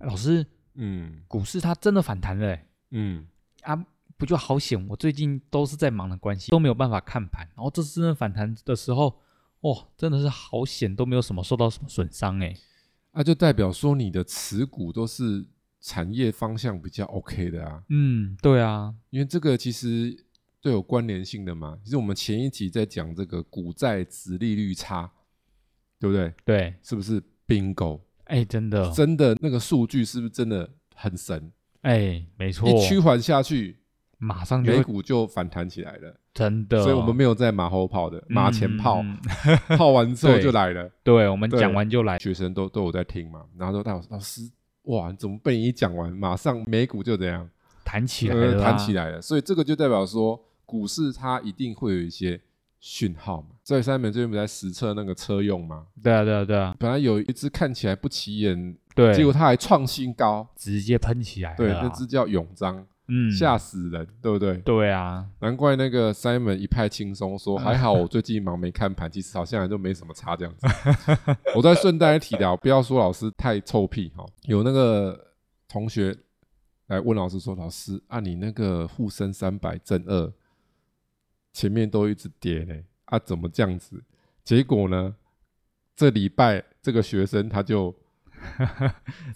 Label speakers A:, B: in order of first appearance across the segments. A: 老师，
B: 嗯
A: 股市它真的反弹了、欸，
B: 嗯
A: 不就好险？我最近都是在忙的关系，都没有办法看盘。然后这次真的反弹的时候，哦，真的是好险，都没有什么受到什么损伤哎。
B: 啊，就代表说你的持股都是产业方向比较 OK 的啊，
A: 嗯，对啊，
B: 因为这个其实都有关联性的嘛。其实我们前一集在讲这个股债值利率差，对不对？
A: 对，
B: 是不是 bingo？、
A: 哎，真的，
B: 真的那个数据是不是真的很神？
A: 哎，没错，
B: 一趋缓下去，
A: 马上就
B: 美
A: 会
B: 股就反弹起来了。
A: 真的，
B: 所以我们没有在马后炮的，马前炮，
A: 嗯
B: 炮完之后
A: 对
B: 就来了。
A: 对，我们
B: 对
A: 讲完就来，
B: 学生都都有在听嘛，然后都大老师，哇，你怎么被你一讲完，马上美股就怎样
A: 弹起来
B: 呃
A: 了，啊
B: 弹起，来了，所以这个就代表说股市它一定会有一些讯号嘛。所以三门最近不是在实测那个车用嘛，
A: 对啊，对啊，对啊，
B: 本来有一只看起来不起眼，
A: 对，
B: 结果它还创新高，
A: 直接喷起来
B: 对，
A: 了啊，
B: 那只叫永章，
A: 嗯，
B: 吓死人，对不对？
A: 对啊，
B: 难怪那个 Simon 一派轻松说，
A: 啊
B: 还好我最近忙没看盘，其实好像就没什么差这样子。我再顺带一提的啊，不要说老师太臭屁哈、有那个同学来问老师说，老师啊，你那个沪深三百正二前面都一直跌呢，啊，怎么这样子？结果呢，这礼拜这个学生他就。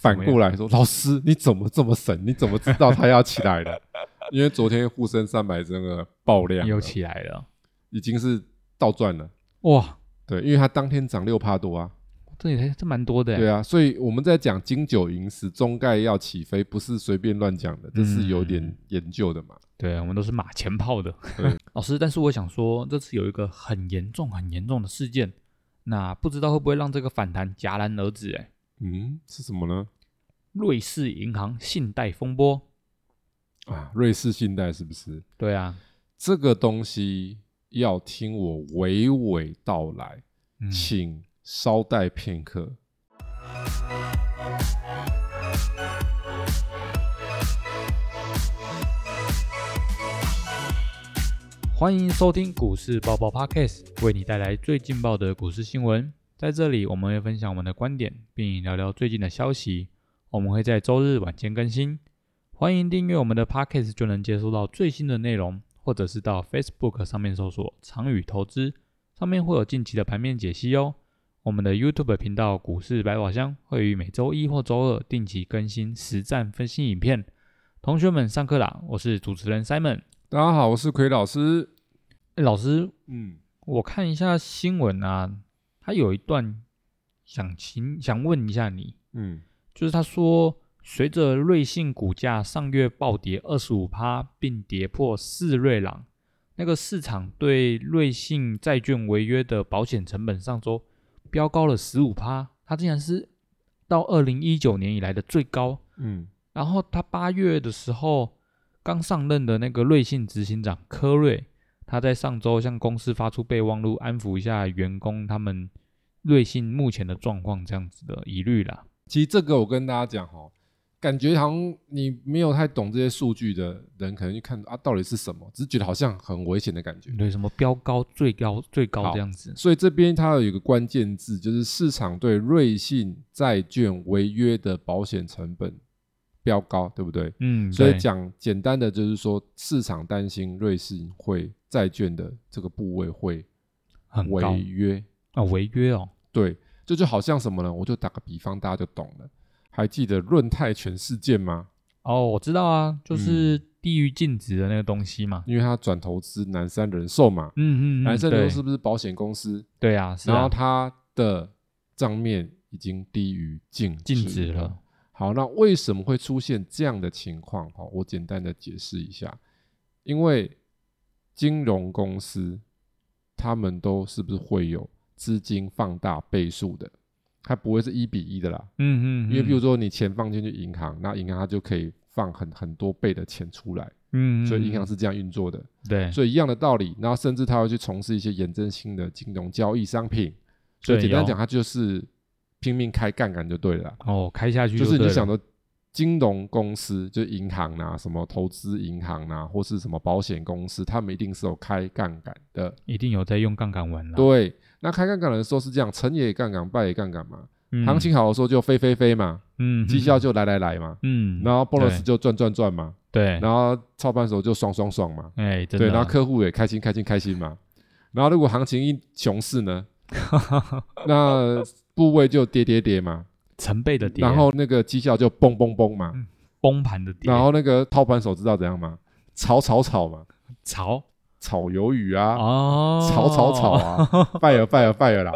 B: 反过来说，老师你怎么这么神？你怎么知道他要起来了？因为昨天沪深三百真的爆量了，
A: 又起来了，
B: 已经是倒赚了。
A: 哇，
B: 对，因为它当天涨六帕多啊，
A: 这也这蛮多的欸，
B: 对啊，所以我们在讲金九银十中概要起飞，不是随便乱讲的，这是有点研究的嘛。
A: 对，我们都是马前炮的
B: 对。
A: 老师，但是我想说，这次有一个很严重、很严重的事件，那不知道会不会让这个反弹戛然而止？哎，
B: 嗯，是什么呢？
A: 瑞士银行信贷风波。
B: 啊，瑞士信贷是不是
A: 对啊，
B: 这个东西？要听我娓娓道来，
A: 嗯
B: 请稍待片刻。
A: 欢迎收听股市爆爆 Podcast，为你带来最劲爆的股市新闻。在这里，我们会分享我们的观点，并聊聊最近的消息。我们会在周日晚间更新，欢迎订阅我们的 Podcast，就能接收到最新的内容，或者是到 Facebook 上面搜索“长宇投资”，上面会有近期的盘面解析哦。我们的 YouTube 频道“股市百宝箱”会于每周一或周二定期更新实战分析影片。同学们，上课啦！我是主持人 Simon。
B: 大家好，我是奎老师。
A: 诶哎老师，
B: 嗯，
A: 我看一下新闻啊，他有一段想请想问一下你，
B: 嗯，
A: 就是他说，随着瑞信股价上月暴跌二十五趴，并跌破四瑞朗，那个市场对瑞信债券违约的保险成本上周飙高了十五趴，它竟然是到二零一九年以来的最高。
B: 嗯，
A: 然后他八月的时候刚上任的那个瑞信执行长科瑞，他在上周向公司发出备忘录，安抚一下员工他们瑞信目前的状况这样子的疑虑啦。
B: 其实这个我跟大家讲哦，感觉好像你没有太懂这些数据的人，可能就看啊到底是什么，只是觉得好像很危险的感觉。
A: 对，什么标高最高最高这样子，
B: 所以这边它有一个关键字，就是市场对瑞信债券违约的保险成本飙高，对不对？
A: 嗯，
B: 所以
A: 对
B: 讲简单的就是说，市场担心瑞信会债券的这个部位会
A: 很高
B: 违约，
A: 啊，违约哦，
B: 对，这就好像什么呢？我就打个比方，大家就懂了。还记得润泰全事件吗？
A: 哦，我知道啊，就是低于净值的那个东西嘛。
B: 因为他转投资南山人寿嘛，
A: 嗯嗯嗯，
B: 南山人
A: 对
B: 寿是不是保险公司？
A: 对啊，是
B: 然后
A: 啊，
B: 他的账面已经低于净
A: 禁
B: 值
A: 止了。。
B: 好，那为什么会出现这样的情况？好，我简单的解释一下，因为金融公司他们都是不是会有资金放大倍数的，它不会是一比一的啦。
A: 嗯嗯，
B: 因为比
A: 嗯
B: 如说你钱放进去银行，那银行它就可以放很很多倍的钱出来，
A: 嗯，嗯
B: 所以
A: 嗯
B: 银行是这样运作的。
A: 对，
B: 所以一样的道理，然后甚至他会去从事一些衍生性的金融交易商品。所以
A: 对
B: 简单
A: 有
B: 讲，他就是拼命开杠杆就对了啦，
A: 哦，开下去
B: 就是你
A: 对
B: 就
A: 了
B: 想着金融公司，就是银行啊，什么投资银行啊，或是什么保险公司，他们一定是有开杠杆的。
A: 嗯一定有在用杠杆玩了。
B: 对，那开杠杆的时候是这样，成也杠杆，败也杠杆嘛。
A: 嗯
B: 行情好的时候就飞飞飞嘛，
A: 嗯
B: 绩效就来来来嘛，
A: 嗯，
B: 然后 bonus
A: 对
B: 就赚赚赚嘛，
A: 对，
B: 然后操盘手就爽爽爽嘛，
A: 哎，真的
B: 对，
A: 啊，
B: 然后客户也开心开心开心嘛。然后如果行情一熊 市呢，那部位就跌跌跌嘛，
A: 成倍的跌，
B: 然后那个绩效就嘣嘣嘣嘛，
A: 崩盘的跌，
B: 然后那个操盘手知道怎样吗？炒炒炒嘛，
A: 炒
B: 炒鱿鱼啊，
A: 哦，
B: 炒炒炒， 啊，fire fire fire 啦，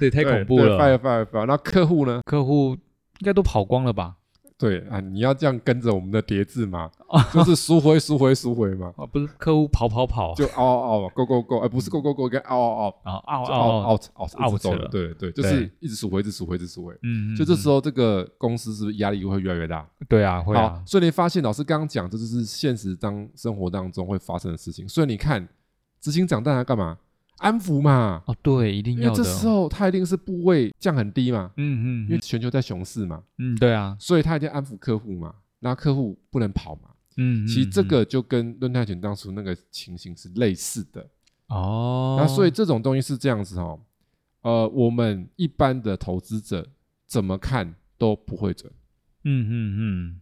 A: 这也 太
B: 对
A: 恐怖
B: 对
A: 了，
B: ，fire fire fire。那客户呢？
A: 客户应该都跑光了吧？
B: 对啊，你要这样跟着我们的叠字嘛，就是赎回赎回赎回嘛，
A: 啊，不是，客户跑跑跑，哦
B: 就嗷嗷嗷，go go go，哎，不是 go go go，跟嗷嗷嗷。
A: 然后嗷
B: 就
A: 嗷嗷，
B: out out out 哦一直走
A: 了
B: 了，对对，就是一直赎回，一直赎回，一直赎回。
A: 嗯，
B: 就这时
A: 候，
B: 候，这个公司是不是压力会越来越大？
A: 嗯对啊，会
B: 好
A: 啊，，
B: 所以你发现老师刚刚讲，这就是现实当生活当中会发生的事情。所以你看，执行长带他干嘛？安抚嘛，
A: 哦，对，一定
B: 因
A: 要
B: 为
A: 的，
B: 这时候他一定是部位降很低嘛，
A: 嗯嗯
B: 因为
A: 嗯
B: 全球在熊市嘛，
A: 嗯，对啊，
B: 所以他一定安抚客户嘛，那客户不能跑嘛。
A: 嗯，
B: 其实这
A: 嗯
B: 个就跟论泰拳当初那个情形是类似的。
A: 嗯哦，
B: 那所以这种东西是这样子哦，呃，我们一般的投资者怎么看都不会准。
A: 嗯嗯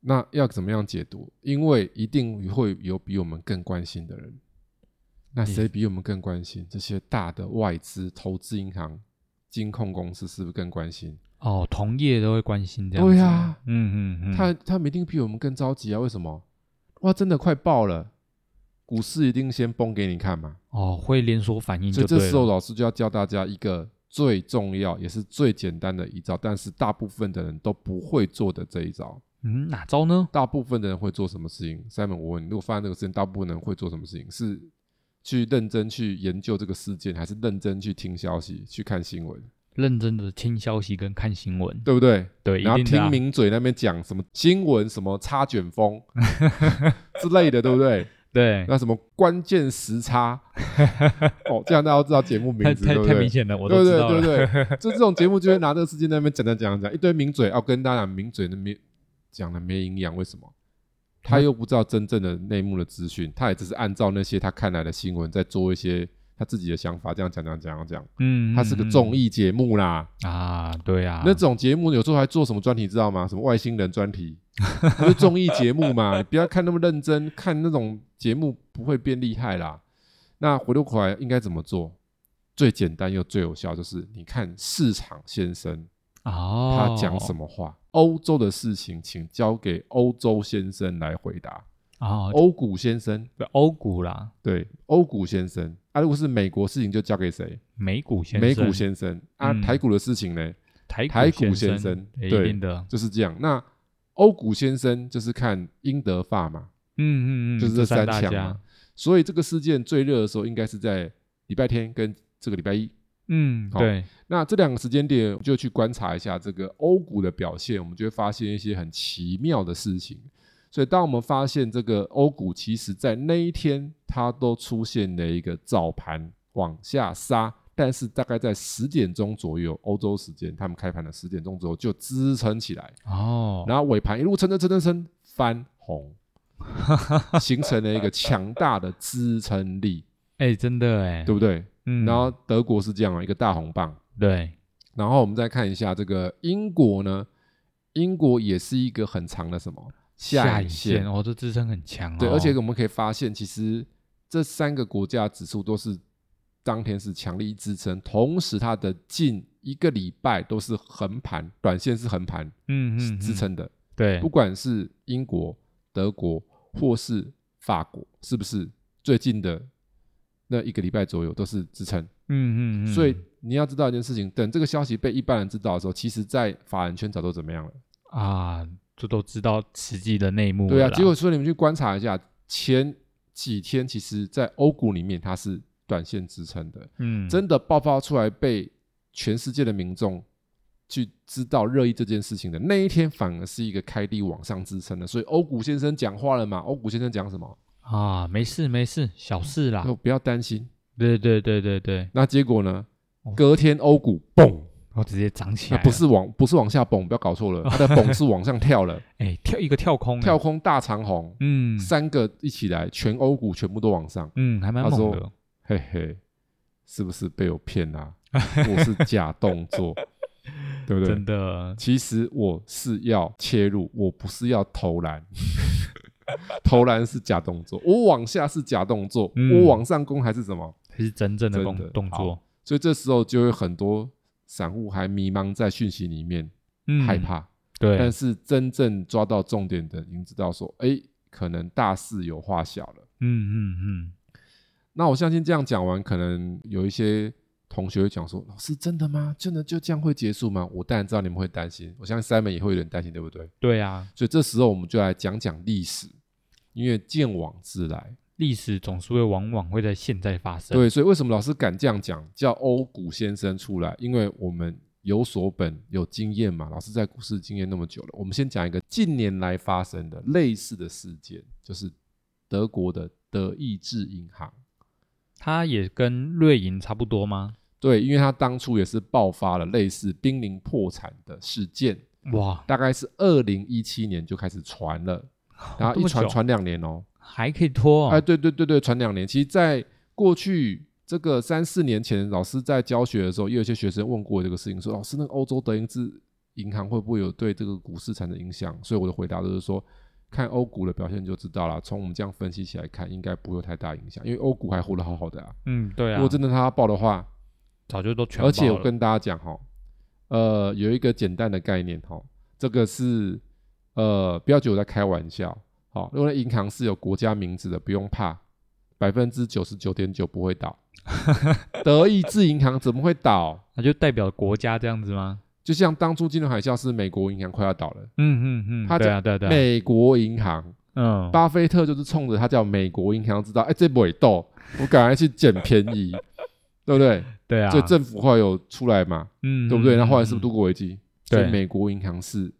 B: 那要怎么样解读？因为一定会有比我们更关心的人。那谁比我们更关心？这些大的外资、投资银行、金控公司是不是更关心？
A: 嗯，哦，同业都会关心这样，
B: 对，呀、
A: 嗯嗯嗯，
B: 他他们一定比我们更着急啊！为什么？哇，真的快爆了，股市一定先崩给你看嘛。
A: 哦会连锁反应
B: 所
A: 就
B: 以这
A: 对
B: 时候
A: 了，
B: 老师就要教大家一个最重要也是最简单的一招，但是大部分的人都不会做的这一招。
A: 嗯，哪招呢？
B: 大部分的人会做什么事情？Simon，我问你，如果发生这个事情，大部分人会做什么事情？是去认真去研究这个事件，还是认真去听消息、去看新闻，
A: 认真的听消息跟看新闻，
B: 对不对？
A: 对，一
B: 然后
A: 定的
B: 听
A: 啊
B: 名嘴那边讲什么新闻、什么插 卷风之类的，对不对？
A: 对，
B: 那什么关键 时差，哦，这样大家都知道节目名
A: 太
B: 字，
A: 太
B: 对不
A: 太明
B: 对？
A: 显了，我
B: 对
A: 都知
B: 不对
A: 道
B: 对
A: 了，
B: 不对，就这种节目就会拿这个事件在那边讲讲讲讲一堆名嘴，要跟大家讲名嘴那没讲的没营养，为什么？他
A: 嗯
B: 又不知道真正的内幕的资讯，他也只是按照那些他看来的新闻在做一些他自己的想法，这样讲讲讲讲讲。
A: 嗯，
B: 他是个综
A: 艺
B: 艺节目啦，
A: 啊，对啊，
B: 那种节目有时候还做什么专题知道吗？什么外星人专 题，就是综艺节目嘛，你不要看那么认真，看那种节目不会变厉害啦。那回头过来应该怎么做？最简单又最有效就是你看市场先生
A: 哦，
B: 他讲什么话，欧洲的事情请交给欧洲先生来回答，
A: 哦，
B: 欧股先生
A: 欧股啦，
B: 对欧股先生啊，如果是美国事情就交给谁？
A: 美股先生，
B: 美股先生啊，
A: 嗯
B: 台股的事情呢？
A: 台
B: 台
A: 股
B: 股
A: 先
B: 先生
A: 对
B: 对
A: 一定的，
B: 就是这样。那欧股先生就是看英德法嘛，
A: 嗯嗯嗯，
B: 就是
A: 这
B: 三
A: 大
B: 强
A: 家
B: 嘛，。所以这个事件最热的时候应该是在礼拜天跟这个礼拜一。
A: 嗯，
B: 好
A: 对，
B: 那这两个时间点，我们就去观察一下这个欧股的表现，我们就会发现一些很奇妙的事情。所以，当我们发现这个欧股其实在那一天它都出现了一个早盘往下杀，但是大概在十点钟左右，欧洲时间他们开盘的十点钟左右就支撑起来。
A: 哦，
B: 然后尾盘一路撑撑撑撑撑翻 红，形成了一个强大的支撑力，
A: 哎，真的哎，
B: 对不对？
A: 嗯，
B: 然后德国是这样啊，一个大红棒。
A: 对，
B: 然后我们再看一下这个英国呢，英国也是一个很长的什么下
A: 影
B: 影线，
A: 哦，这支撑很强哦，
B: 对，而且我们可以发现，其实这三个国家指数都是当天是强力支撑，同时它的近一个礼拜都是横盘，短线是横盘
A: 嗯
B: 是
A: 嗯
B: 支，撑的。
A: 嗯对
B: 不，管是英国、德国或是法国，是不是最近的那一个礼拜左右都是支撑？
A: 嗯嗯嗯，
B: 所以你要知道一件事情，等这个消息被一般人知道的时候，其实在法人圈早都怎么样了？
A: 啊，这都知道实际的内幕了
B: 对
A: 啦，
B: 啊，结果说你们去观察一下，前几天其实在欧股里面它是短线支撑的，
A: 嗯，
B: 真的爆发出来被全世界的民众。去知道热议这件事情的那一天，反而是一个开低往上支撑的，所以欧股先生讲话了嘛？欧股先生讲什么？
A: 啊，没事没事，小事啦，
B: 就不要担心。
A: 对对对对对，
B: 那结果呢
A: 哦？哎
B: 隔天欧股嘣，
A: 我直接涨起
B: 那
A: 来，
B: 不，是往不是往下蹦，不要搞 错了，它的蹦是往上跳了，
A: 哎，跳一个跳空，
B: 跳，空大长红，
A: 嗯
B: 三个一起来，全欧股全部都往上，
A: 嗯，还蛮
B: 他
A: 猛
B: 说
A: 的，
B: 啊 嘿嘿，是不是被我骗啦、我是假动作，对不对
A: 真？的，
B: 其实我是要切入，我不是要投篮。 投篮是假动作，我往下是假动作，
A: 嗯
B: 我往上攻还是什么？
A: 还是真正的
B: 真
A: 动
B: 的
A: 动作，
B: 所以这时候就会很多散户还迷茫在讯息里面、
A: 嗯，
B: 害，怕，但
A: 对，
B: 是真正抓到重点的，已经知道说，哎，可能大事有化小了。
A: 嗯嗯嗯，
B: 那我相信这样讲完，可能有一些同学会讲说：“老师，真的吗？真的就这样会结束吗？”我当然知道你们会担心，我相信 Simon 也会有点担心，对不对？
A: 对啊，
B: 所以这时候我们就来讲讲历史，因为见往知来。
A: 历史总是会往往会在现在发生，
B: 对，所以为什么老师敢这样讲，叫欧股先生出来？因为我们有所本，有经验嘛。老师在股市经验那么久了，我们先讲一个近年来发生的类似的事件，就是德国的德意志银行。
A: 它也跟瑞银差不多吗？
B: 对，因为他当初也是爆发了类似濒临破产的事件，
A: 哇，
B: 大概是二零一七年就开始传了，然后
A: 这
B: 一
A: 么
B: 传
A: 久
B: 传两年哦，
A: 还可以拖、哦，
B: 哎，对对对对，传两年。其实，在过去这个三四年前，老师在教学的时候，也有一些学生问过这个事情，说老师，那个欧洲德银制银行会不会有对这个股市产生影响？所以我的回答就是说，看欧股的表现就知道了。从我们这样分析起来看，应该不会有太大影响，因为欧股还活得好好的啊。
A: 嗯，对啊，
B: 如果真的它爆的话，
A: 早就都全爆
B: 而且我
A: 了
B: 跟大家讲哈，呃，有一个简单的概念哈，这个是呃，不要觉得我在开玩笑，好，因为银行是有国家名字的，不用怕，百分之九十九点九不会 倒。德意志银行怎么会倒？
A: 那就代表国家这样子吗？
B: 就像当初金融海啸是美国银行快要倒了，
A: 嗯嗯嗯，
B: 他
A: 对
B: 讲
A: 啊对啊对啊，
B: 美国银行，
A: 嗯，
B: 巴菲特就是冲着他叫美国银行，知道哎这不会倒，我赶快去捡便 宜，对不对？
A: 对啊，
B: 所以政府后来有出来嘛，
A: 嗯，
B: 对不对？
A: 嗯
B: 那后来是不是
A: 嗯
B: 度过危机？
A: 对
B: 所以美国银行是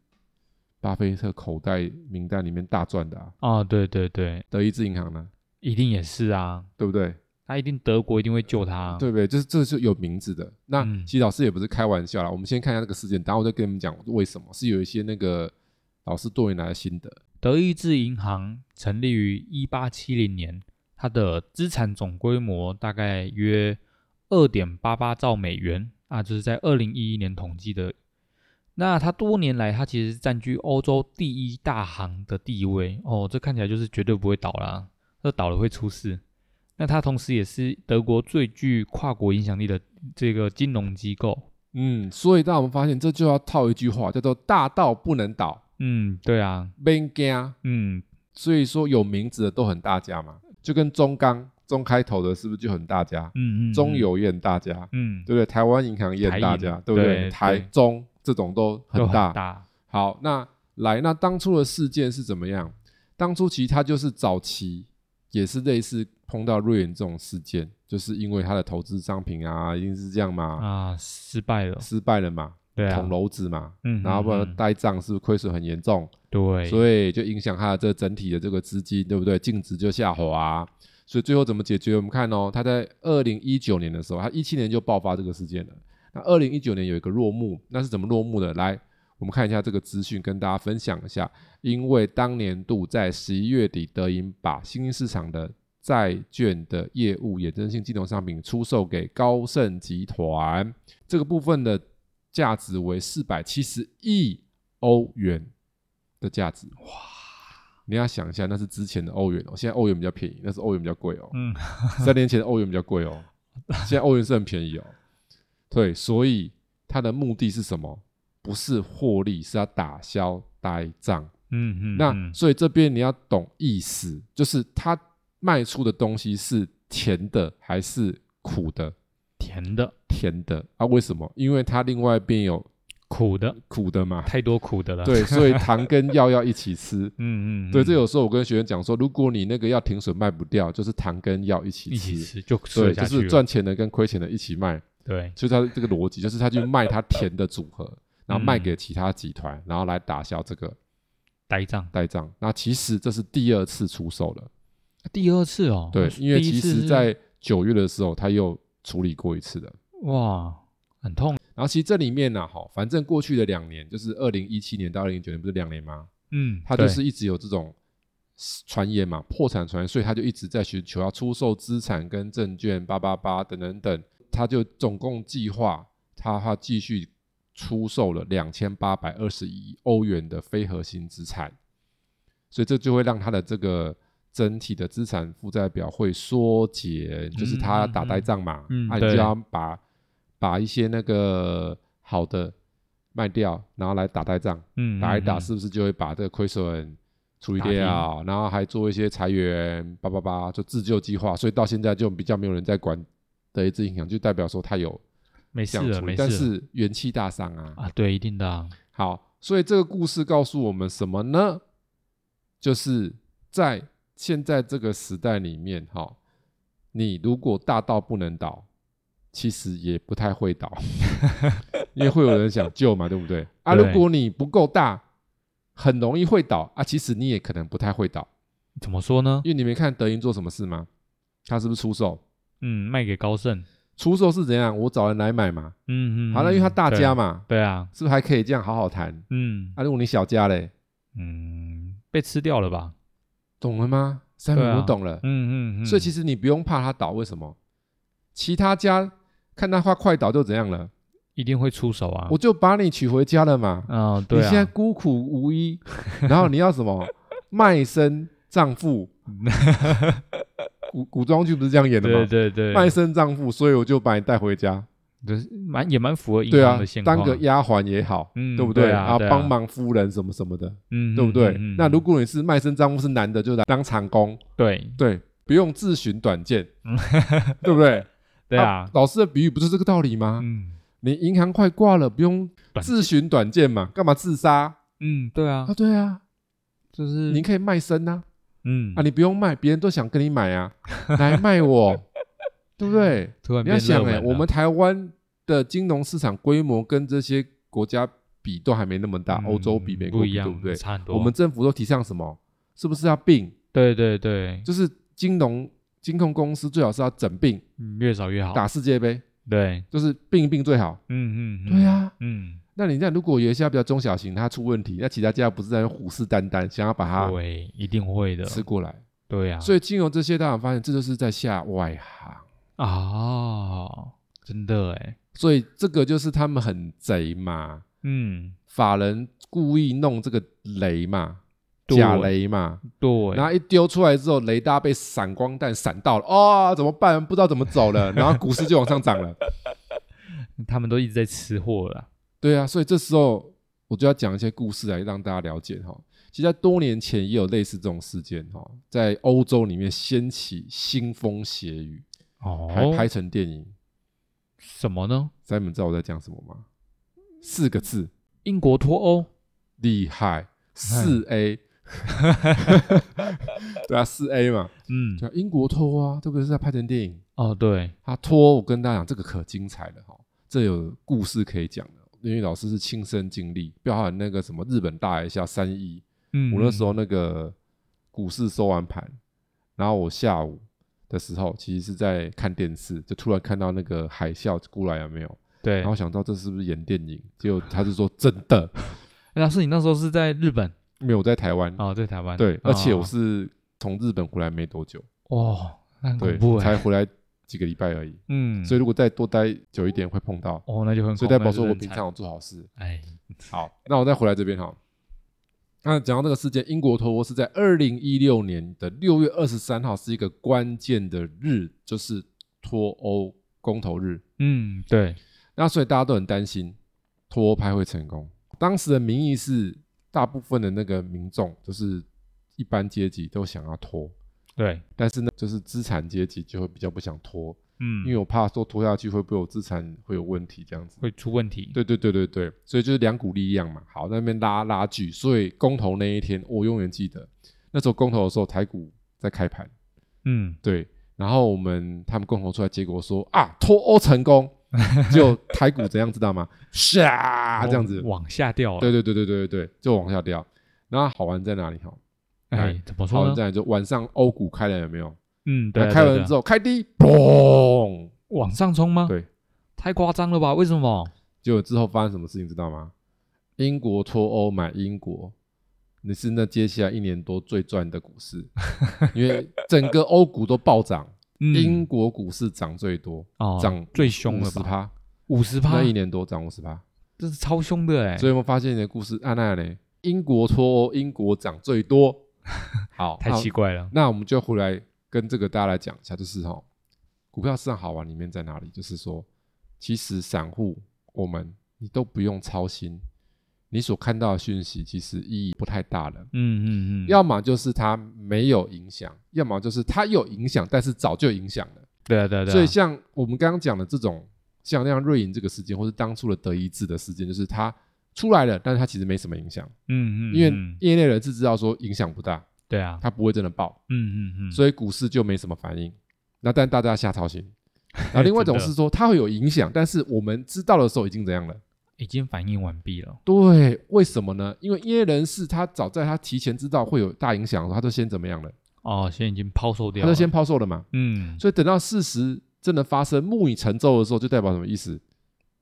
B: 巴菲特口袋名单里面大赚的啊。
A: 啊，对对对，
B: 德意志银行呢，
A: 一定也是啊，
B: 对不对？
A: 他一定德国一定会救他，
B: 对不对？就是这是有名字的。那
A: 啊嗯
B: 其实老师也不是开玩笑啦，我们先看一下这个事件，然后我再跟你们讲为什么是有一些那个老师多年来的心得。
A: 德意志银行成立于一八七零年，它的资产总规模大概约二点八八兆美元啊，就是在二零一一年统计的。那它多年来，它其实占据欧洲第一大行的地位哦，这看起来就是绝对不会倒啦，这倒了会出事。那它同时也是德国最具跨国影响力的这个金融机构。
B: 嗯，所以当我们发现这就要套一句话，叫做“大到不能倒
A: 嗯，对啊，”，
B: 免惊。
A: 嗯，
B: 所以说有名字的都很大家嘛，就跟中钢中开头的，是不是就很大家？
A: 嗯嗯，
B: 中
A: 嗯，
B: 油也很大家，
A: 嗯，
B: 对不对？台湾银行也很大
A: 台
B: 家
A: 银，
B: 对不对？
A: 对
B: 台
A: 对
B: 中这种都很
A: 都
B: 大。
A: 大，
B: 好，那来，那当初的事件是怎么样？当初其实它就是早期也是类似碰到瑞元这种事件，就是因为它的投资商品啊，一定是这样嘛，
A: 嗯啊，失败了，
B: 失败了嘛，
A: 对啊，
B: 捅娄子嘛，
A: 嗯，
B: 然后不
A: 嗯
B: 然
A: 嗯
B: 呆账是不是亏损很严重？
A: 对，以
B: 所以就影响它的这个整体的这个资金，对不对？净值就下滑、啊所以最后怎么解决？我们看哦，它在二零一九年的时候，它一七年就爆发这个事件了。那二零一九年有一个落幕，那是怎么落幕的？来，我们看一下这个资讯，跟大家分享一下。因为当年度在十一月底，德银把新兴市场的债券的业务衍生性金融商品出售给高盛集团，这个部分的价值为四百七十亿欧元的价值。哇！你要想一下，那是之前的欧元哦，现在欧元比较便宜，那是欧元比较贵哦。
A: 嗯，
B: 三年前的欧元比较贵哦，现在欧元是很便宜哦。对，所以它的目的是什么？不是获利，是要打消呆账。
A: 嗯嗯，
B: 那
A: 嗯
B: 所以这边你要懂意思，就是它卖出的东西是甜的还是苦的？
A: 甜的、
B: 甜的啊？为什么？因为它另外一边有
A: 苦的，
B: 苦 的嘛。
A: 太多苦的了。，
B: 对，所以糖跟药要一起 吃。
A: 嗯嗯，
B: 对，
A: 嗯
B: 这有时候我跟学员讲说，如果你那个要停损卖不掉，就是糖跟药一起
A: 一起
B: 吃。
A: 吃就吃
B: 对，
A: 得
B: 就
A: 下
B: 是
A: 去了。
B: 赚钱的跟亏钱的一起卖，
A: 对，
B: 所以它这个逻辑就是他去卖他甜的组合，然后卖
A: 嗯
B: 给其他集团，然后来打消这个
A: 呆账
B: 呆账。那其实这是第二次出售了，
A: 第二次哦，
B: 对，因为
A: 第
B: 其
A: 一次
B: 实
A: 是
B: 在九月的时候他又处理过一次的。
A: 哇很痛，
B: 然后其实这里面呢、啊哈，反正过去的两年，就是二零一七年到二零一九年，不是两年吗？
A: 嗯，
B: 他就
A: 对
B: 是一直有这种传言嘛，破产传言，所以他就一直在寻求要出售资产跟证券，八八八等等等，他就总共计划他他继续出售了两千八百二十一欧元的非核心资产，所以这就会让他的这个整体的资产负债表会缩减，就是他打呆仗嘛，
A: 嗯嗯嗯
B: 啊，你
A: 对
B: 就要把把一些那个好的卖掉，然后来打呆仗，
A: 嗯，
B: 打一打
A: 嗯
B: 是不是就会把这个亏损处理
A: 打平
B: 掉，然后还做一些裁员，叭叭叭，就自救计划，所以到现在就比较没有人在管德意志银行，就代表说他有
A: 没事
B: 这样
A: 了，
B: 处理，
A: 没
B: 但
A: 事了
B: 是元气大伤啊。
A: 啊，对，一定的啊、
B: 好，所以这个故事告诉我们什么呢？就是在现在这个时代里面，哈、你如果大到不能倒，其实也不太会倒， 因为会有人想救嘛，对不对？啊，
A: 对
B: 如果你不够大，很容易会倒啊。其实你也可能不太会倒，
A: 怎么说呢？
B: 因为你没看德银做什么事吗？他是不是出售？
A: 嗯，卖给高盛，
B: 出售是怎样？我找人来买嘛。
A: 嗯嗯，
B: 好了，因为他大
A: 对
B: 家，嘛，
A: 对啊，
B: 是不是还可以这样好好谈？
A: 嗯
B: 啊，如果你小家嘞，
A: 嗯，被吃掉了吧？
B: 懂了吗？三本
A: 对啊
B: 我懂了。
A: 嗯嗯嗯，
B: 所以其实你不用怕它倒，为什么？其他家看它快快倒就怎样了，
A: 一定会出手啊。
B: 我就把你娶回家了嘛。
A: 嗯、
B: 你
A: 对
B: 现在
A: 啊，
B: 孤苦无依，然后你要什 么卖身葬父？古古装剧不是这样演的吗？
A: 对对对，
B: 卖身葬父，所以我就把你带回家。
A: 就是蛮也蛮符合银
B: 对啊
A: 行的现，况，
B: 当个丫鬟也好，
A: 嗯
B: 对不
A: 对啊
B: 啊，
A: 对啊
B: 帮忙夫人什么什么的，
A: 嗯，
B: 对不对？
A: 嗯嗯嗯
B: 那如啊果你是卖身葬父是男的，就来当长工，
A: 对
B: 对，不用自寻短见， 对不对？
A: 嗯对啊，
B: 老师的比喻不是这个道理吗？
A: 嗯
B: 你银行快挂了，不用
A: 短
B: 自寻短见嘛，干嘛自杀
A: 嗯，对啊
B: 啊？，对啊，
A: 就是
B: 你可以卖身呐、
A: 嗯
B: 啊，你不用卖，别人都想跟你 买啊，来卖我，对不对？
A: 突然
B: 你要
A: 嗯变热
B: 想
A: 门啊
B: 哎、
A: 了
B: 我们台湾的金融市场规模跟这些国家比都还没那么大，
A: 嗯
B: 欧洲比美国
A: 不一
B: 比，
A: 样，
B: 对不对？
A: 差很多。
B: 我们政府都提倡什么？是不是要并？
A: 对对对，
B: 就是金融金控公司最好是要整并，
A: 嗯越少越好。
B: 打世界杯，
A: 对，
B: 就是并一并最好。
A: 嗯嗯，嗯
B: 对，啊，
A: 嗯，
B: 那你那如果有一些比较中小型，它出问题，那其他家不是在那边虎视眈眈，想要把它
A: 对，啊一定会的。
B: 吃过来。
A: 对啊，
B: 啊所以金融这些，大家发现这就是在下外行，
A: 啊，真的哎，
B: 所以这个就是他们很贼嘛，
A: 嗯，
B: 法人故意弄这个雷嘛，
A: 对
B: 假雷嘛，
A: 对，
B: 然后一丢出来之后，雷达被闪光弹闪到了，哦，怎么办？不知道怎么走了，然后股市就往上涨了。
A: 他们都一直在吃货了。
B: 对啊，所以这时候我就要讲一些故事来让大家了解哈。其实，在多年前也有类似这种事件哈，在欧洲里面掀起腥风血雨，
A: 哦，
B: 还拍成电影。
A: 什么呢？
B: 三、你们知道我在讲什么吗？四个字，
A: 英国脱欧，
B: 厉害，四 A。对啊，四 A 嘛，
A: 嗯，
B: 对啊，英国脱欧啊，对不对？是在拍成电影，
A: 哦，对，
B: 他脱欧，我跟大家讲，这个可精彩了哈，这有故事可以讲的，因为老师是亲身经历，包含那个什么日本大一下三亿，
A: 嗯，
B: 我那时候那个股市收完盘，然后我下午的时候其实是在看电视，就突然看到那个海啸过来有没有？
A: 对
B: 然，后想到这是不是演电影？结果他是说真的，
A: 哎老师，你那时候是在日本
B: 没有我在台湾，
A: 哦，在台湾，
B: 对，而且
A: 哦
B: 我是从日本回来没多久，
A: 哦，那很
B: 对
A: 恐怖，哎，
B: 才回来几个礼拜而已，
A: 嗯，
B: 所以如果再多待久一点会碰到，
A: 哦，那就很恐怖，
B: 所以代表
A: 那
B: 说
A: 就
B: 我
A: 很
B: 平
A: 惨
B: 常有做好事。
A: 哎，
B: 好，那我再回来这边哈。那讲到这个事件，英国脱欧是在二零一六年的六月二十三号，是一个关键的日，就是脱欧公投日。
A: 嗯，对，
B: 那所以大家都很担心脱欧派会成功。当时的民意是，大部分的那个民众，就是一般阶级都想要脱，
A: 对，
B: 但是呢，就是资产阶级就会比较不想脱，
A: 嗯，
B: 因为我怕说脱下去会不会我资产会有问题这样子。
A: 会出问题，
B: 对对对对对，所以就是两股力量嘛。好，在那边拉拉锯，所以公投那一天我永远记得，那时候公投的时候台股在开盘，
A: 嗯，
B: 对，然后我们他们公投出来结果说啊脱欧成功， 就台股怎样知道吗？啊唰这样子，
A: 往下掉了，
B: 对对对对对对对，就往下掉。然后好玩在哪里哈？
A: 哎，怎么
B: 好
A: 说
B: 玩
A: 呢？
B: 在哪里就晚上欧股开了有没有？
A: 嗯，对啊，
B: 那开
A: 对啊
B: 完之后开低，嘣，
A: 往上冲吗？
B: 对，
A: 太夸张了吧？为什么？
B: 结果之后发生什么事情知道吗？英国脱欧买英国，你是那接下来一年多最赚的股市，因为整个欧股都暴涨，
A: 嗯
B: 英国股市涨最多，
A: 哦
B: 涨
A: 最凶了
B: 十
A: 吧？
B: 趴，
A: 五十趴
B: 那，一年多涨五十趴，
A: 这是超凶的哎、
B: 所以我们发现你的故事按那嘞，英国脱欧，英国涨 最多。好，
A: 太
B: 那
A: 奇怪了。
B: 那我们就回来跟这个大家来讲一下，就是哈、股票市场好玩里面在哪里？就是说，其实散户我们你都不用操心，你所看到的讯息其实意义不太大了。
A: 嗯嗯嗯，
B: 要么就是它没有影响，要么就是它有影响，但是早就影响了。
A: 对啊对啊对啊，
B: 所以像我们刚刚讲的这种，像那样瑞银这个事件，或是当初的德意志的事件，就是它出来了，但是它其实没什么影响，
A: 嗯嗯，
B: 因为
A: 嗯
B: 业内人士知道说影响不大，
A: 对啊，
B: 它不会真的爆。
A: 嗯嗯嗯，
B: 所以股市就没什么反应。那但大家瞎 操心。然后另外一种
A: 真
B: 是
A: 的
B: 说它会有影响，但是我们知道的时候已经怎样了？
A: 已经反应完毕了。
B: 对，为什么呢？因为业内人士他早在他提前知道会有大影响的时候，他都先怎么样了？
A: 哦，现在已经抛售掉
B: 他
A: 了，
B: 都先抛售了嘛。
A: 嗯，
B: 所以等到事实真的发生，木已成舟的时候，就代表什么意思？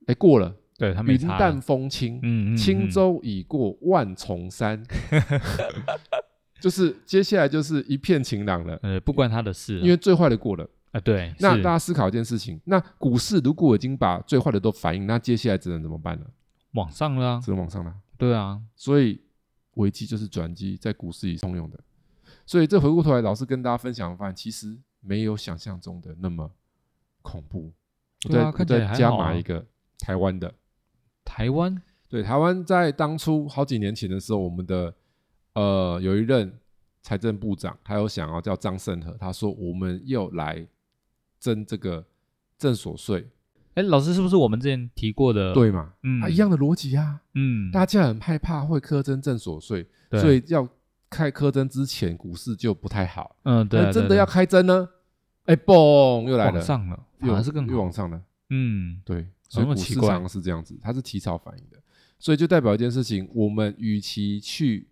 B: 哎，过了，
A: 对他没
B: 云
A: 差了
B: 淡风轻，
A: 嗯嗯，嗯
B: 轻，舟已过万 重山，就是接下来就是一片晴朗了，
A: 呃，不关他的事啊，
B: 因为最坏的过了。
A: 啊对，
B: 那
A: 是
B: 大家思考一件事情，那股市如果已经把最坏的都反映，那接下来只能怎么办呢？
A: 往上了啊，
B: 只能往上拉。
A: 对啊，
B: 所以危机就是转机，在股市里通用的。所以这回过头来，老师跟大家分享，发现其实没有想象中的那么恐怖。我
A: 对
B: 再
A: 啊
B: 我
A: 看起来
B: 再
A: 还
B: 加
A: 好啊
B: 码一个台湾的，
A: 台湾
B: 对台湾在当初好几年前的时候，我们的呃有一任财政部长，他有想要叫张盛和，他说我们又来征这个正所税，
A: 哎，老师是不是我们之前提过的？，
B: 对嘛？
A: 嗯
B: 啊，一样的逻辑啊，
A: 嗯，
B: 大家很害怕会苛征正所税，
A: 对
B: 所以要开苛征之前股市就不太好。
A: 嗯，对啊，
B: 但真的
A: 对啊
B: 要开征呢，哎，嘣，又来
A: 往
B: 了，
A: 上了，反
B: 又
A: 而是更
B: 又
A: 好，
B: 往上了。
A: 嗯，
B: 对，所以
A: 那么
B: 股
A: 奇
B: 市
A: 怪
B: 常常是这样子，它是提早反应的，所以就代表一件事情：我们与其去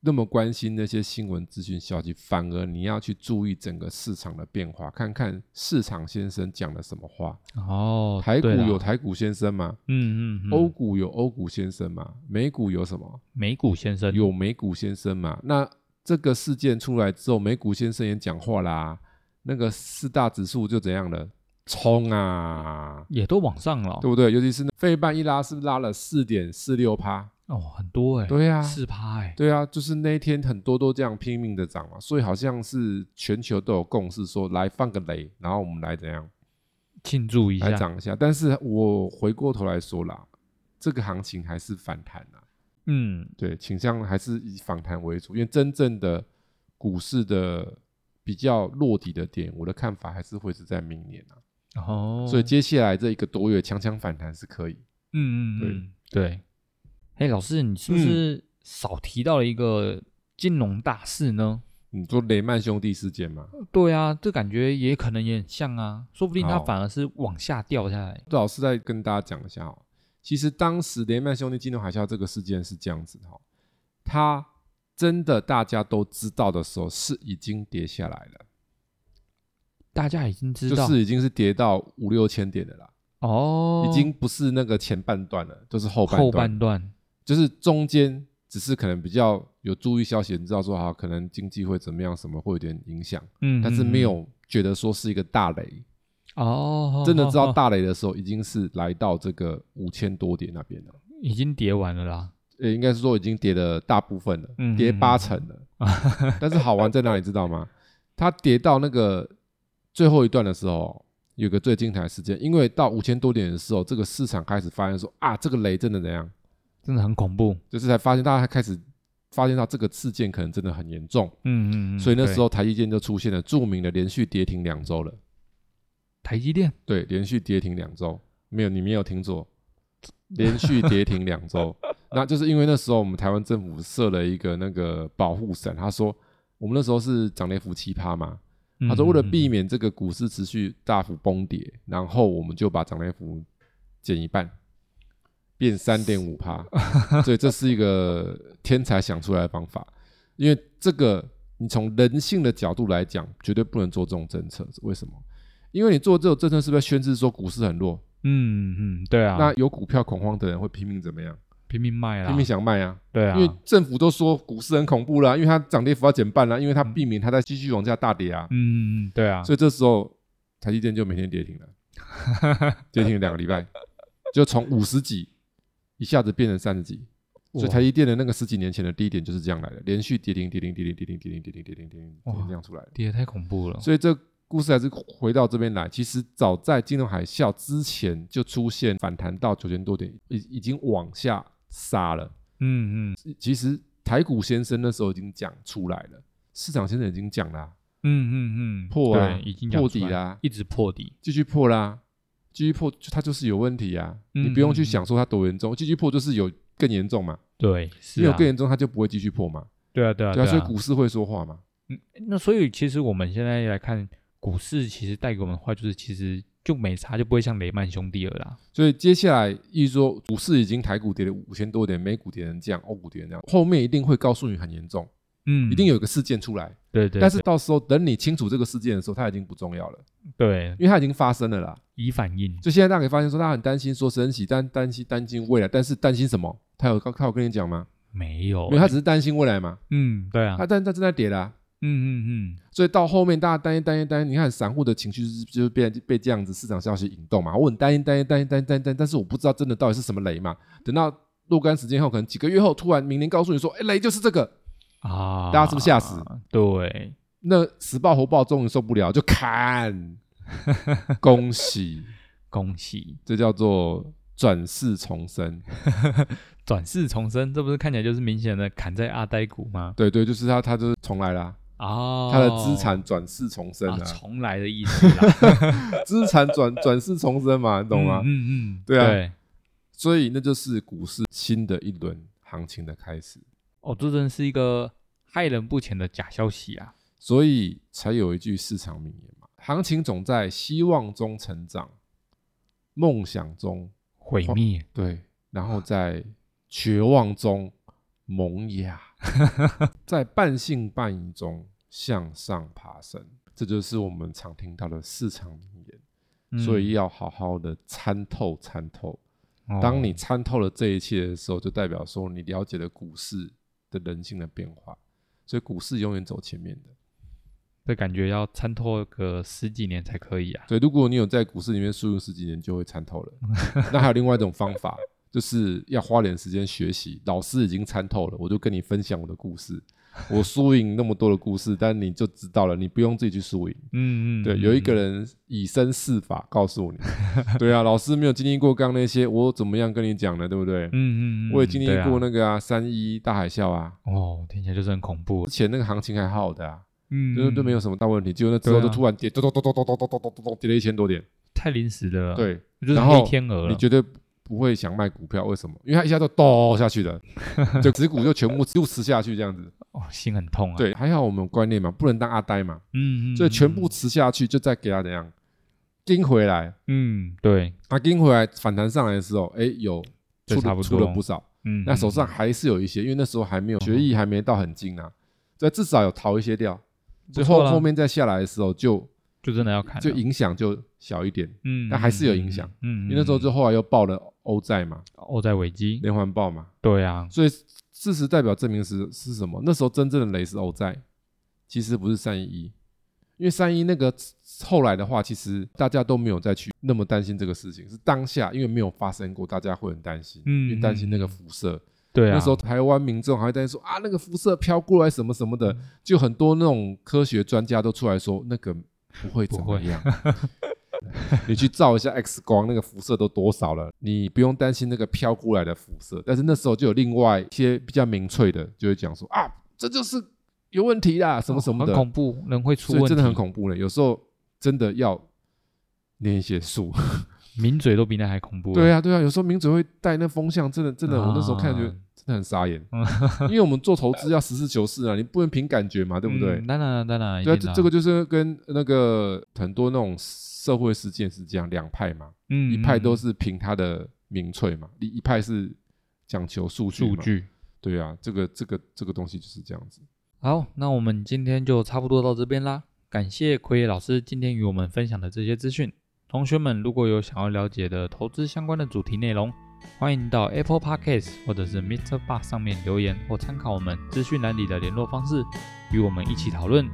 B: 那么关心那些新闻资讯消息，反而你要去注意整个市场的变化，看看市场先生讲了什么话。
A: 哦，
B: 台股
A: 对啦
B: 有，台股先生吗？
A: 嗯嗯，嗯
B: 欧股有欧股先生嘛，美股有什么？
A: 美股先生，
B: 有美股先生嘛？那这个事件出来之后，美股先生也讲话啦，那个四大指数就怎样了？冲啊，
A: 也都往上了
B: 对，不对？尤其是那费半一拉，是不是拉了四点四六趴？
A: 哦，很多哎，
B: 对呀、
A: 四趴哎，
B: 对啊，就是那一天很多都这样拼命的涨嘛，所以好像是全球都有共识说来放个雷，然后我们来怎样
A: 庆祝一
B: 来
A: 下，
B: 涨一下。但是我回过头来说啦，这个行情还是反弹啊。
A: 嗯，
B: 对，倾向还是以访谈为主，因为真正的股市的比较落地的点，我的看法还是会是在明年啊。
A: 哦，
B: 所以接下来这一个多月强强反弹是可以。
A: 嗯嗯嗯，对。哎，老师，你是不
B: 嗯
A: 是少提到了一个金融大事呢？
B: 你说雷曼兄弟事件嘛，
A: 对啊，这感觉也可能也很像啊，说不定它
B: 好
A: 反而是往下掉下来。
B: 老师再跟大家讲一下哦。其实当时雷曼兄弟金融海啸这个事件是这样子哈、哦，它真的大家都知道的时候是已经跌下来了，
A: 大家已经知
B: 就
A: 道，
B: 是已经是跌到五六千点的啦，
A: 哦，
B: 已经不是那个前半段了，就是后半
A: 后
B: 段了
A: 半段，
B: 就是中间只是可能比较有注意消息，你知道说好，可能经济会怎么样，什么会有点影响，
A: 嗯，
B: 但是
A: 嗯嗯
B: 没有觉得说是一个大雷。
A: 哦，
B: 真的知道
A: 哦
B: 大雷的时候，已经是来到这个五千多点那边了，
A: 哦已经叠完了啦，
B: 呃，应该是说已经跌了大部分了，
A: 嗯
B: 跌八成 了。但是好玩在哪里，知道吗？它跌到那个最后一段的时候。有个最精彩的事件，因为到五千多点的时候，这个市场开始发现说啊，这个雷真的怎样，
A: 真的很恐怖。
B: 就是才发现大家开始发现到这个事件可能真的很严重，
A: 嗯嗯嗯，
B: 所以那
A: 对
B: 时候台积电就出现了著名的连续跌停两周了。
A: 台积电
B: 对，连续跌停两周，没有你没有听错，连续跌停 两周。那就是因为那时候我们台湾政府设了一个那个保护伞，他说我们那时候是涨跌幅七趴嘛，
A: 嗯
B: 他说为了避
A: 免
B: 免这个股市持续大幅崩跌，然后我们就把涨跌幅减一半。变三点五趴，所以这是一个天才想出来的方法。因为这个，你从人性的角度来讲，绝对不能做这种政策。为什么？因为你做这种政策，是不是宣示说股市很弱？
A: 嗯嗯，对啊，
B: 那有股票恐慌的人会拼命怎么样？
A: 拼命卖啦，
B: 拼命想卖啊！
A: 对啊，
B: 因为政府都说股市很恐怖啦，因为它涨跌幅要减半啦，因为它避免它再继续往下大跌啊。
A: 嗯嗯嗯，对啊，
B: 所以这时候台 积电就每天跌停了，跌停两个礼拜，就从五十几一下子变成三十几。所以
A: 哇
B: 台积电的那个十几年前的低点就是这样来的，连续跌停跌停跌停跌停跌停跌停跌停跌停跌停
A: 哇
B: 这样出来的。
A: 跌得太恐怖了。
B: 所以这故事还是回到这边来。其实早在金融海啸之前就出现反弹到九千多点，已已经往下杀了。
A: 嗯嗯
B: 其实台股先生那时候已经讲出来了，市场先生已经讲啦、
A: 嗯嗯嗯，
B: 破啊
A: 对已经讲
B: 破
A: 出
B: 底
A: 来
B: 啦、
A: 一直破底。
B: 继续破啦，继续破就它就是有问题啊，
A: 嗯
B: 你不用去
A: 嗯
B: 想说它多严重，继续破就是有更严重嘛，
A: 对，
B: 因
A: 是
B: 为
A: 啊
B: 有，更严重它就不会继续破嘛，
A: 对啊对啊
B: 对啊，所以
A: 啊
B: 股市会说话嘛，
A: 那所以其实我们现在来看股市，其实带给我们的话就是，其实就没差，就不会像雷曼兄弟了啦。
B: 所以接下来一说股市已经台股跌了五千多点，美股跌成这样，欧股跌成这样，后面一定会告诉你很严重，
A: 嗯
B: 一定有一个事件出来，
A: 对对，
B: 但是到时候等你清楚这个事件的时候，它已经不重要了，
A: 对
B: 因为它已经发生了啦。
A: 以反应，
B: 就现在大家可以发现说，他很担心说升息，但担心担心未来，但是担心什么？他有他有跟你讲吗？
A: 没有
B: 因为他只是担心未来嘛，
A: 嗯，哦对啊，
B: 他但他正在跌啦、
A: 嗯嗯嗯，
B: 所以到后面大家担心担心担心，你看散户的情绪就是就是被被这样子市场消息引动嘛。我很担心担心担心担心担心担心，但是我不知道真的到底是什么雷嘛。等到若干时间后，可能几个月后，突然明年告诉你说，哎，雷就是这个，
A: 啊，
B: 大家是不是吓死？
A: 对，
B: 那死报活报终于受不了，就砍，恭喜，
A: 恭喜
B: 这叫做转世重生。
A: 转世重生，这不是看起来就是明显的砍在阿呆股吗？
B: 对对，就是他，他就是重来啦，
A: 哦，
B: 他的资产转世重生
A: 啊，
B: 啊，
A: 重来的意思啦，
B: 资产转转世重生嘛， 你懂吗？
A: 嗯嗯嗯，
B: 对啊所以那就是股市新的一轮行情的开始，
A: 哦，这真是一个害人不浅的假消息啊！
B: 所以才有一句市场名言嘛：行情总在希望中成长，梦想中
A: 毁
B: 哦
A: 灭，
B: 对，然后在绝望中萌芽，在半信半疑中向上爬升。这就是我们常听到的市场名言，
A: 嗯
B: 所以要好好的参透参透。
A: 哦
B: 当你参透了这一切的时候，就代表说你了解了股市的人性的变化，所以股市永远走前面的。
A: 这感觉要参透个十几年才可以啊。
B: 所以如果你有在股市里面输入十几年，就会参 透了。那还有另外一种方法，就是要花点时间学习。老师已经参透了，我就跟你分享我的故事。我输赢那么多的故事，但你就知道了，你不用自己去输赢。
A: 嗯嗯，
B: 对，
A: 嗯
B: 有一个人以身试法告诉你。 对啊，老师没有经历过刚刚那些，我怎么样跟你讲呢？对不对？
A: 嗯嗯嗯，
B: 我也经历
A: 对啊
B: 过那个啊，三一大海啸啊，
A: 哦，听起来就是很恐怖啊
B: 之，前那个行情还好好的啊，
A: 嗯，
B: 就是都没
A: 有
B: 有什么大问题，结果那之后
A: 对
B: 就
A: 啊
B: 突然跌，咚咚咚咚咚咚咚咚咚咚咚，跌了一千多点。
A: 太临时的了，，
B: 对，
A: 就是
B: 然后
A: 黑天鹅
B: 你
A: 了，
B: 绝对不会想卖股票，为什么？因为它一下就咚下 去了，就持股就全部就持下去这样子。
A: 哦，心很痛啊。，
B: 对，还好我们有观念嘛，不能当阿呆嘛，
A: 嗯嗯，
B: 所以全
A: 嗯
B: 部持下去，就再给它怎样盯回来。
A: 嗯，对，
B: 啊，盯回来反弹上来的时候，哎，有
A: 就
B: 出
A: 差
B: 了
A: 不
B: 出
A: 多
B: 了不少，
A: 嗯，
B: 那手上
A: 嗯
B: 还是有一些，因为那时候还没有学艺，还没到很精啊，所以至少有逃一些掉。
A: 不
B: 最
A: 错
B: 后
A: 啦
B: 后面再下来的时候就，
A: 就真的要看，
B: 就，影响就小一点，
A: 嗯，
B: 但还是有影响
A: 嗯，嗯，
B: 因为那时候
A: 嗯
B: 就后来又报了欧债嘛，
A: 欧债危机，
B: 连环报嘛，
A: 对啊，
B: 所以事实代表证明是是什么？那时候真正的雷是欧债，其实不是三一一，因为三一那个后来的话，其实大家都没有再去那么担心这个事情，是当下因为没有发生过，大家会很担心，
A: 嗯
B: 因为担心那个辐射。
A: 对啊，
B: 那时候台湾民众还会担心说啊，那个辐射飘过来什么什么
A: 嗯
B: 的，就很多那种科学专家都出来说那个不会怎
A: 不
B: 么
A: 会
B: 样。 你去照一下 X 光，那个辐射都多少了，你不用担心那个飘过来的辐射。但是那时候就有另外一些比较民粹的，就会讲说啊，这就是有问题啦，什么什么的，
A: 哦很恐怖，人会出
B: 所
A: 问
B: 以
A: 题，
B: 真的很恐怖呢。有时候真的要念一些书。
A: 抿嘴都比那还恐怖。
B: 对
A: 啊，
B: 啊，对啊，有时候名嘴会带那风向，真的，真的，我那时候看就
A: 啊嗯
B: 真的很傻眼， 因为我们做投资要实事求是啊，你不能凭感觉嘛，对不对
A: 嗯？当然了，当然了，
B: 对啊，
A: 一定
B: 这
A: 的
B: 这个就是跟那个很多那种社会事件是这样，两派嘛，
A: 嗯，
B: 一派都
A: 嗯
B: 是凭他的民粹嘛，一一派是讲求数据
A: 数
B: 嘛，
A: 据。
B: 对啊，这个这个这个东西就是这样子。
A: 好，那我们今天就差不多到这边啦。感谢奎野老师今天与我们分享的这些资讯。同学们如果有想要了解的投资相关的主题内容，欢迎到 Apple Podcast 或者是 Mr. Bar 上面留言或参考我们资讯栏里的联络方式，与我们一起讨论。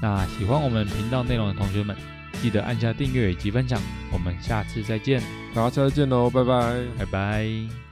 A: 那喜欢我们频道内容的同学们，记得按下订阅以及分享。我们下次再见，
B: 大家下次见喽，拜拜。
A: 拜拜。